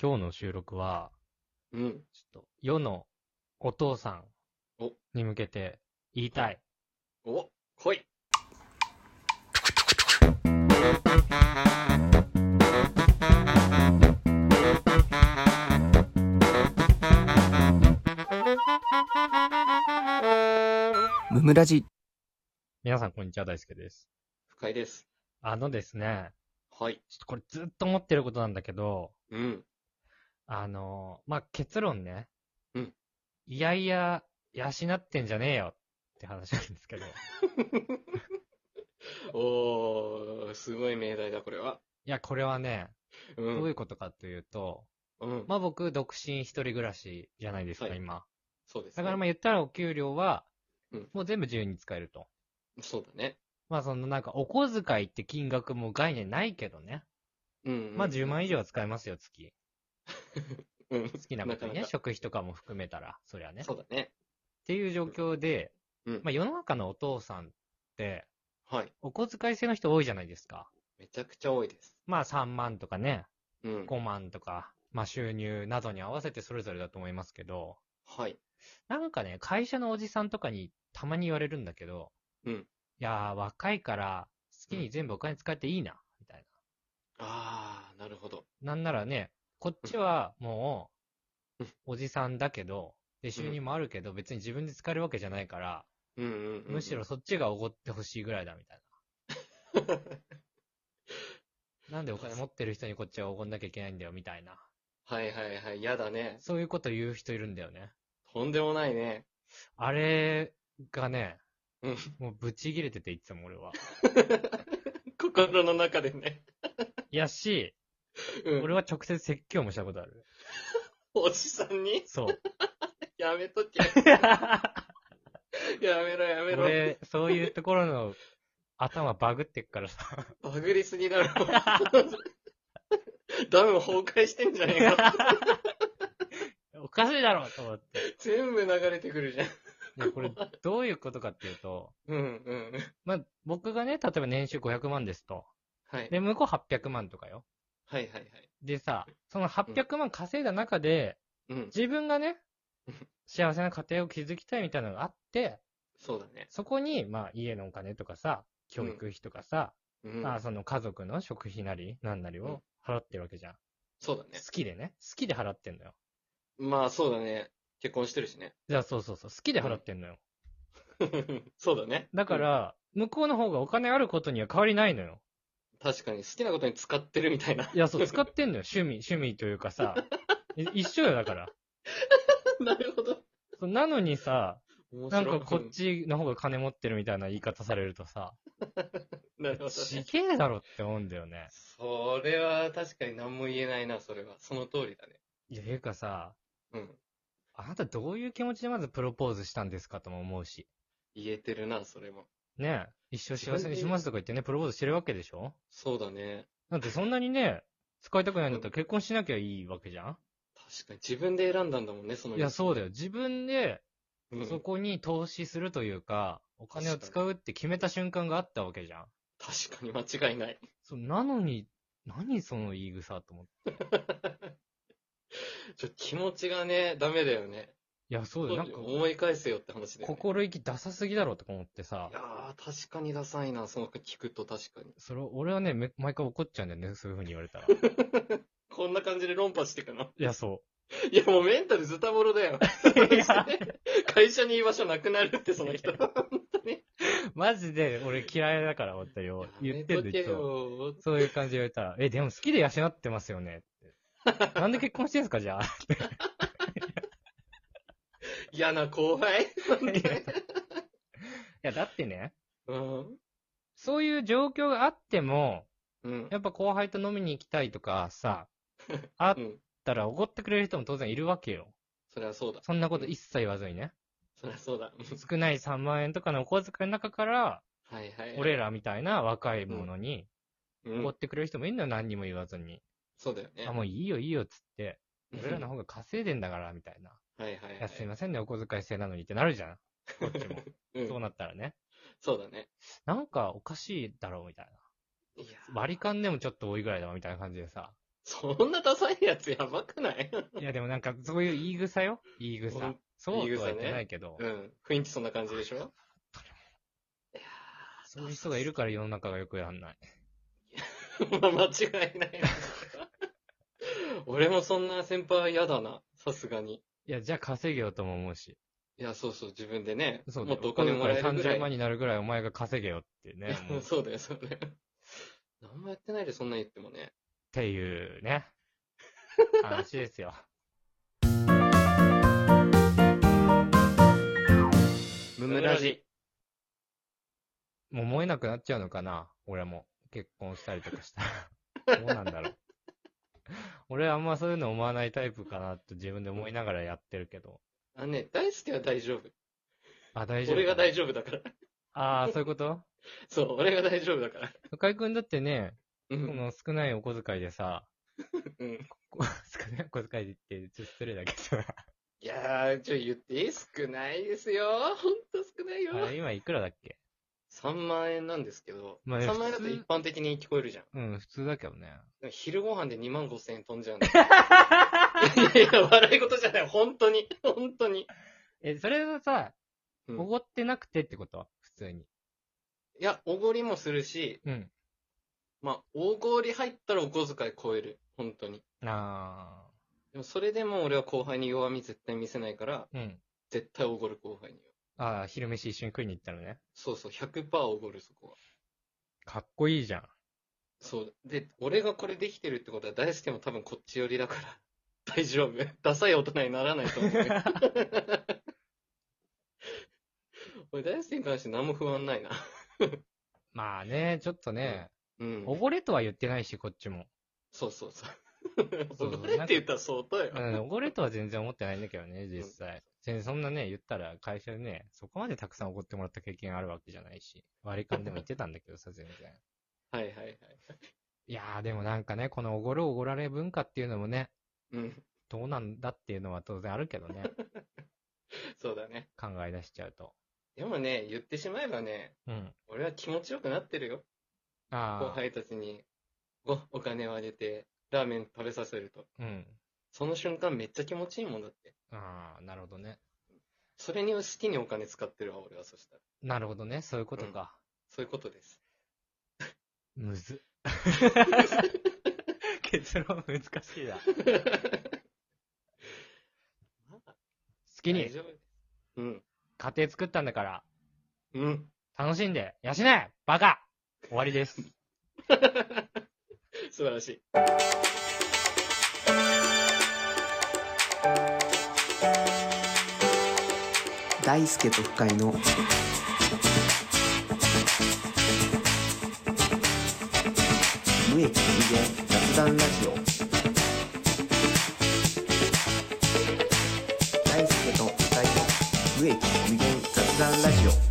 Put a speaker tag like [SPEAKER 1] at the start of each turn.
[SPEAKER 1] 今日の収録は、
[SPEAKER 2] うん。
[SPEAKER 1] ちょっと、世のお父さん
[SPEAKER 2] お
[SPEAKER 1] に向けて言いたい。
[SPEAKER 2] お、来い。
[SPEAKER 3] ムムラジ。
[SPEAKER 1] 皆さん、こんにちは、大輔です。
[SPEAKER 2] 不快です。
[SPEAKER 1] あのですね、
[SPEAKER 2] はい。
[SPEAKER 1] ちょっとこれずっと思ってることなんだけど、
[SPEAKER 2] うん。
[SPEAKER 1] あの、まあ、結論ね。
[SPEAKER 2] うん。
[SPEAKER 1] いやいや、養ってんじゃねえよって話なんです けど。い
[SPEAKER 2] おー、すごい命題だ、これは。
[SPEAKER 1] や、これはね、
[SPEAKER 2] う
[SPEAKER 1] ど
[SPEAKER 2] ん。
[SPEAKER 1] ういうことかというと、
[SPEAKER 2] うん。
[SPEAKER 1] まあ、僕、独身一人暮らしじゃないですか、
[SPEAKER 2] はい
[SPEAKER 1] 今。
[SPEAKER 2] そうです、
[SPEAKER 1] だ
[SPEAKER 2] ね。
[SPEAKER 1] からまあ言ったらお給料は
[SPEAKER 2] うん、
[SPEAKER 1] もう全部自由に使えると。
[SPEAKER 2] そうだね。
[SPEAKER 1] まあそのなんかお小遣いって金額も概念ないけどね。
[SPEAKER 2] うん、
[SPEAKER 1] まあ10万以
[SPEAKER 2] 上。
[SPEAKER 1] 上は使えますよ、月。
[SPEAKER 2] うん。
[SPEAKER 1] 好きなことにね、
[SPEAKER 2] なかなか
[SPEAKER 1] 食費とかも含めたら、そりゃね。
[SPEAKER 2] そうだ
[SPEAKER 1] っ
[SPEAKER 2] ね。
[SPEAKER 1] ていう状況で、
[SPEAKER 2] うん
[SPEAKER 1] まあ世の中のお父さんって、
[SPEAKER 2] はい。
[SPEAKER 1] お小遣い制の人多いじゃないですか。
[SPEAKER 2] めちゃくちゃ多いです。
[SPEAKER 1] まあ3万とかね、
[SPEAKER 2] うん。
[SPEAKER 1] 5万とか、まあ収入などに合わせてそれぞれだと思いますけど、
[SPEAKER 2] はい。
[SPEAKER 1] なんかね、会社のおじさんとかにたまに言われるんだけど、
[SPEAKER 2] うん
[SPEAKER 1] いやー、若いから好きに全部お金使っていいな、みたい
[SPEAKER 2] あー、なるほど。
[SPEAKER 1] な。なんならね、こっちはもう
[SPEAKER 2] うん、
[SPEAKER 1] おじさんだけど、で、収入もあるけど、別に自分で使えるわけじゃないから、
[SPEAKER 2] うんうんうん、うん。
[SPEAKER 1] むしろ。そっちがおごってほしいぐらいだ、みたい な。なんでお金持ってる人にこっちはおごんなきゃいけないんだよ、みたいな。
[SPEAKER 2] はいはいはい。やだね。
[SPEAKER 1] そういうこと言う人いるんだよね。
[SPEAKER 2] とんでもないね。
[SPEAKER 1] あれがね
[SPEAKER 2] うん、
[SPEAKER 1] もうブチ切れてて、いつも俺は。
[SPEAKER 2] 心の中でね。
[SPEAKER 1] いやし、
[SPEAKER 2] うん。
[SPEAKER 1] 俺は直接説教もしたことある。
[SPEAKER 2] おじさんに
[SPEAKER 1] そう。
[SPEAKER 2] やめと け。やめろやめろ。
[SPEAKER 1] 俺、そういうところの頭バグってっからさ。
[SPEAKER 2] バグりすぎだ ろ。ダム崩壊してんじゃねえ か。
[SPEAKER 1] おかしいだろと思って。
[SPEAKER 2] 全部流れてくるじゃん。
[SPEAKER 1] でこれ、どういうことかっていうと、
[SPEAKER 2] うんうん。
[SPEAKER 1] まあ、僕がね、例えば年収500万ですと。
[SPEAKER 2] はい。
[SPEAKER 1] で、向こう800万とかよ。
[SPEAKER 2] はいはいはい。
[SPEAKER 1] でさ、その800万稼いだ中で、
[SPEAKER 2] うん。
[SPEAKER 1] 自分がね、幸せな家庭を築きたいみたいなのがあって、
[SPEAKER 2] そうだね。
[SPEAKER 1] そこに、まあ、家のお金とかさ、教育費とかさ、
[SPEAKER 2] うん。
[SPEAKER 1] まあ、その家族の食費なり、なんなりを払ってるわけじゃん。
[SPEAKER 2] そうだ
[SPEAKER 1] 好
[SPEAKER 2] ね。
[SPEAKER 1] きでね。好きで払ってんのよ。
[SPEAKER 2] まあそうだね。結婚してるしね。
[SPEAKER 1] じゃあ、そうそうそう。好きで払ってんのよ。
[SPEAKER 2] そうだね。
[SPEAKER 1] だか
[SPEAKER 2] うん、
[SPEAKER 1] ら、向こうの方がお金あることには変わりないのよ。
[SPEAKER 2] 確かに好きなことに使ってるみたいな。
[SPEAKER 1] いや、そう、使ってんのよ。趣味、趣味というかさ。い一緒よ、だから。
[SPEAKER 2] なるほど。
[SPEAKER 1] そうなのにさ、
[SPEAKER 2] 面
[SPEAKER 1] な
[SPEAKER 2] 白
[SPEAKER 1] ん
[SPEAKER 2] い
[SPEAKER 1] かこっ。ちの方が金持ってるみたいな言い方されるとさ、
[SPEAKER 2] うんなるほど
[SPEAKER 1] ち
[SPEAKER 2] ね。
[SPEAKER 1] げえだろって思うんだよね。
[SPEAKER 2] それは確かに何も言えないな、それは。その通りだね。
[SPEAKER 1] いや、ていうかさ、
[SPEAKER 2] うん。
[SPEAKER 1] あなたどういう気持ちでまずプロポーズしたんですかとも思うし。
[SPEAKER 2] 言えてるな、それも。
[SPEAKER 1] ねえ、一生幸せにしますとか言ってね、プロポーズしてるわけでしょ
[SPEAKER 2] そうだね。
[SPEAKER 1] だってそんなにね、使いたくないんだったら結婚しなきゃいいわけじゃ
[SPEAKER 2] 確かに自分で選んだんだもんね、その
[SPEAKER 1] んいや、そうだ
[SPEAKER 2] よ。
[SPEAKER 1] よ。自分で
[SPEAKER 2] うん
[SPEAKER 1] そこに投資するというか、お金を使うって決めた瞬間があったわけじゃん。
[SPEAKER 2] 確かに間違いない。
[SPEAKER 1] そうなのに、何その言い草と思って。
[SPEAKER 2] ちょ気持ちがね、ダメだよね。
[SPEAKER 1] いや、そうだよ。なんか、
[SPEAKER 2] 思い返せよって話だよ、ね。
[SPEAKER 1] 心意気ダサすぎだろうとか思ってさ
[SPEAKER 2] い、やー、確かにダサいな、その聞くと確かに。
[SPEAKER 1] それ、俺はね、め毎回怒っちゃうんだよね、そういう風に言われ たら。
[SPEAKER 2] こんな感じで論破していくの。
[SPEAKER 1] いや、そ
[SPEAKER 2] いや、もうメンタルズタボロだよ。 会社に居場所なくなるって、その人。
[SPEAKER 1] う。マジで、俺嫌いだから、本当によ。言ってんだ
[SPEAKER 2] やめとけ
[SPEAKER 1] けど、
[SPEAKER 2] よ
[SPEAKER 1] そういう感じで言われたら、え、でも好きで養ってますよねって。なんで結婚してんすか、じゃあ。
[SPEAKER 2] 嫌な後輩。
[SPEAKER 1] い や、だってね、
[SPEAKER 2] うん。
[SPEAKER 1] そういう状況があっても、
[SPEAKER 2] うん。
[SPEAKER 1] やっぱ後輩と飲みに行きたいとかさ、あっ
[SPEAKER 2] うん。
[SPEAKER 1] たら怒ってくれる人も当然いるわけよ。
[SPEAKER 2] そりゃそうだ。
[SPEAKER 1] そんなこと一切言わずにね。
[SPEAKER 2] そりゃそうだ。
[SPEAKER 1] 少ない3万円とかのお小遣いの中から、
[SPEAKER 2] はいはい。
[SPEAKER 1] 俺らみたいな若い者に
[SPEAKER 2] うん
[SPEAKER 1] 怒ってくれる人もいるのよ、何にも言わずに。
[SPEAKER 2] そうだよね。
[SPEAKER 1] あ、もういいよいいよっつって、
[SPEAKER 2] うん
[SPEAKER 1] 俺らの方が稼いでんだから、みたいな。
[SPEAKER 2] はいはい
[SPEAKER 1] い
[SPEAKER 2] は
[SPEAKER 1] や、
[SPEAKER 2] い。
[SPEAKER 1] すいませんね、お小遣い制なのにってなるじゃん。こっち も。
[SPEAKER 2] うん
[SPEAKER 1] そうなったらね。
[SPEAKER 2] そうだね。
[SPEAKER 1] なんかおかしいだろ、みたいな。
[SPEAKER 2] いや、
[SPEAKER 1] 割り勘でもちょっと多いぐらいだわ、みたいな感じでさ。
[SPEAKER 2] そんなダサいやつやばくない
[SPEAKER 1] いや、でもなんか、そういう言い草よ。言い
[SPEAKER 2] ほ
[SPEAKER 1] 草
[SPEAKER 2] ん。
[SPEAKER 1] そうとは
[SPEAKER 2] 言い
[SPEAKER 1] 言っ
[SPEAKER 2] 草ね
[SPEAKER 1] てないけど、
[SPEAKER 2] うん。雰囲気そんな感じでしょ
[SPEAKER 1] そういう人がいるから世の中がよくやんない。
[SPEAKER 2] まあ間違い ないな。俺もそんな先輩は嫌だな。さすがに。
[SPEAKER 1] いや、じゃあ稼げよとも思うし。
[SPEAKER 2] いや、そうそう、自分でね。
[SPEAKER 1] そうだ
[SPEAKER 2] も
[SPEAKER 1] よ
[SPEAKER 2] っとお金もらえる
[SPEAKER 1] 今
[SPEAKER 2] ぐ
[SPEAKER 1] 度
[SPEAKER 2] ら
[SPEAKER 1] から30
[SPEAKER 2] い。
[SPEAKER 1] 万になるぐらいお前が稼げよってね、 もうっ
[SPEAKER 2] そうだよ、そうだよ。何もやってないで、そんな言ってもね。
[SPEAKER 1] ていう ね、話ですよ。
[SPEAKER 2] ム
[SPEAKER 1] ムラジ。もう燃えなくなっちゃうのかな俺も。結婚したりとかした ら。どうなんだろう。俺はあんまそういうの思わないタイプかなと自分で思いながらやってるけど。
[SPEAKER 2] あ、ね、大好きは大丈夫。
[SPEAKER 1] あ、大丈夫。
[SPEAKER 2] 俺が大丈夫だから。
[SPEAKER 1] ああ、そういうこと
[SPEAKER 2] そう、俺が大丈夫だから。
[SPEAKER 1] 深井くんだってね、
[SPEAKER 2] う
[SPEAKER 1] こ
[SPEAKER 2] ん。
[SPEAKER 1] の少ないお小遣いでさ、
[SPEAKER 2] うん
[SPEAKER 1] こ少ないお小遣いで言って、ちょっと失礼だけどさ、
[SPEAKER 2] いやー、ちょ、言っていい少ないですよ。ほんと少ないよ。
[SPEAKER 1] あれ今いくらだっけ
[SPEAKER 2] 3万円なんですけど、
[SPEAKER 1] まあね
[SPEAKER 2] 3万円だと
[SPEAKER 1] 普通
[SPEAKER 2] 一般的に聞こえるじゃん。
[SPEAKER 1] うん、普通だけど ね。
[SPEAKER 2] でも昼ご飯で2万5千円飛んじゃうんだよいやいや、笑い事じゃない。本当に。本当に。
[SPEAKER 1] え、それはさ、
[SPEAKER 2] うん
[SPEAKER 1] おごってなくてってこと普通に。
[SPEAKER 2] いや、おごりもするし、
[SPEAKER 1] うん。
[SPEAKER 2] まあ、おごり入ったらお小遣い超える。本当に。
[SPEAKER 1] あ
[SPEAKER 2] でもそれでも俺は後輩に弱み絶対見せないから、
[SPEAKER 1] ー。うん。
[SPEAKER 2] 絶対おごる後輩に。
[SPEAKER 1] ああ、昼飯一緒に食いに行ったのね。
[SPEAKER 2] そうそう、100%おごるそこは。
[SPEAKER 1] かっこいいじゃん。
[SPEAKER 2] そう。で、俺がこれできてるってことは大輔も多分こっち寄りだから、 大丈夫。ダサい大人にならないと思う よ。俺、大輔に関して何も不安ないな。
[SPEAKER 1] まあね、ちょっとね、
[SPEAKER 2] うん。
[SPEAKER 1] おごれとは言ってないし、こっちも。
[SPEAKER 2] そうそうそう。
[SPEAKER 1] そう
[SPEAKER 2] おごれ って言ったら相当よ。
[SPEAKER 1] うん、おごれとは全然思ってないんだけどね、実際。全然そんなね、言ったら会社でね、そこまでたくさんおごってもらった経験あるわけじゃないし、割り勘でも言ってたんだけどさ、全然。
[SPEAKER 2] はいはいはい。
[SPEAKER 1] いやー、でもなんかね、このおごるおごられ文化っていうのもね、
[SPEAKER 2] うん。
[SPEAKER 1] どうなんだっていうのは当然あるけどね、
[SPEAKER 2] そうだね。
[SPEAKER 1] 考え出しちゃうと。
[SPEAKER 2] でもね、言ってしまえばね、
[SPEAKER 1] うん。
[SPEAKER 2] 俺は気持ちよくなってるよ。後
[SPEAKER 1] ああ、
[SPEAKER 2] 輩たちに、ご、お金をあげて、ラーメン食べさせると。
[SPEAKER 1] うん。
[SPEAKER 2] その瞬間めっちゃ気持ちいいもんだって。
[SPEAKER 1] ああ、なるほどね。
[SPEAKER 2] それに好きにお金使ってるわ、俺はそしたら。
[SPEAKER 1] なるほどね、そういうことか。
[SPEAKER 2] そういうことです。
[SPEAKER 1] むず。 結論難しいな。好きに
[SPEAKER 2] 大丈夫ですうん。
[SPEAKER 1] 家庭作ったんだから、
[SPEAKER 2] うん。
[SPEAKER 1] 楽しんで、養えバカ終わりです。
[SPEAKER 2] 素晴らしい。
[SPEAKER 3] 大輔と深井の無益無限雑談ラジオ大輔と深井の無益無限雑談ラジオ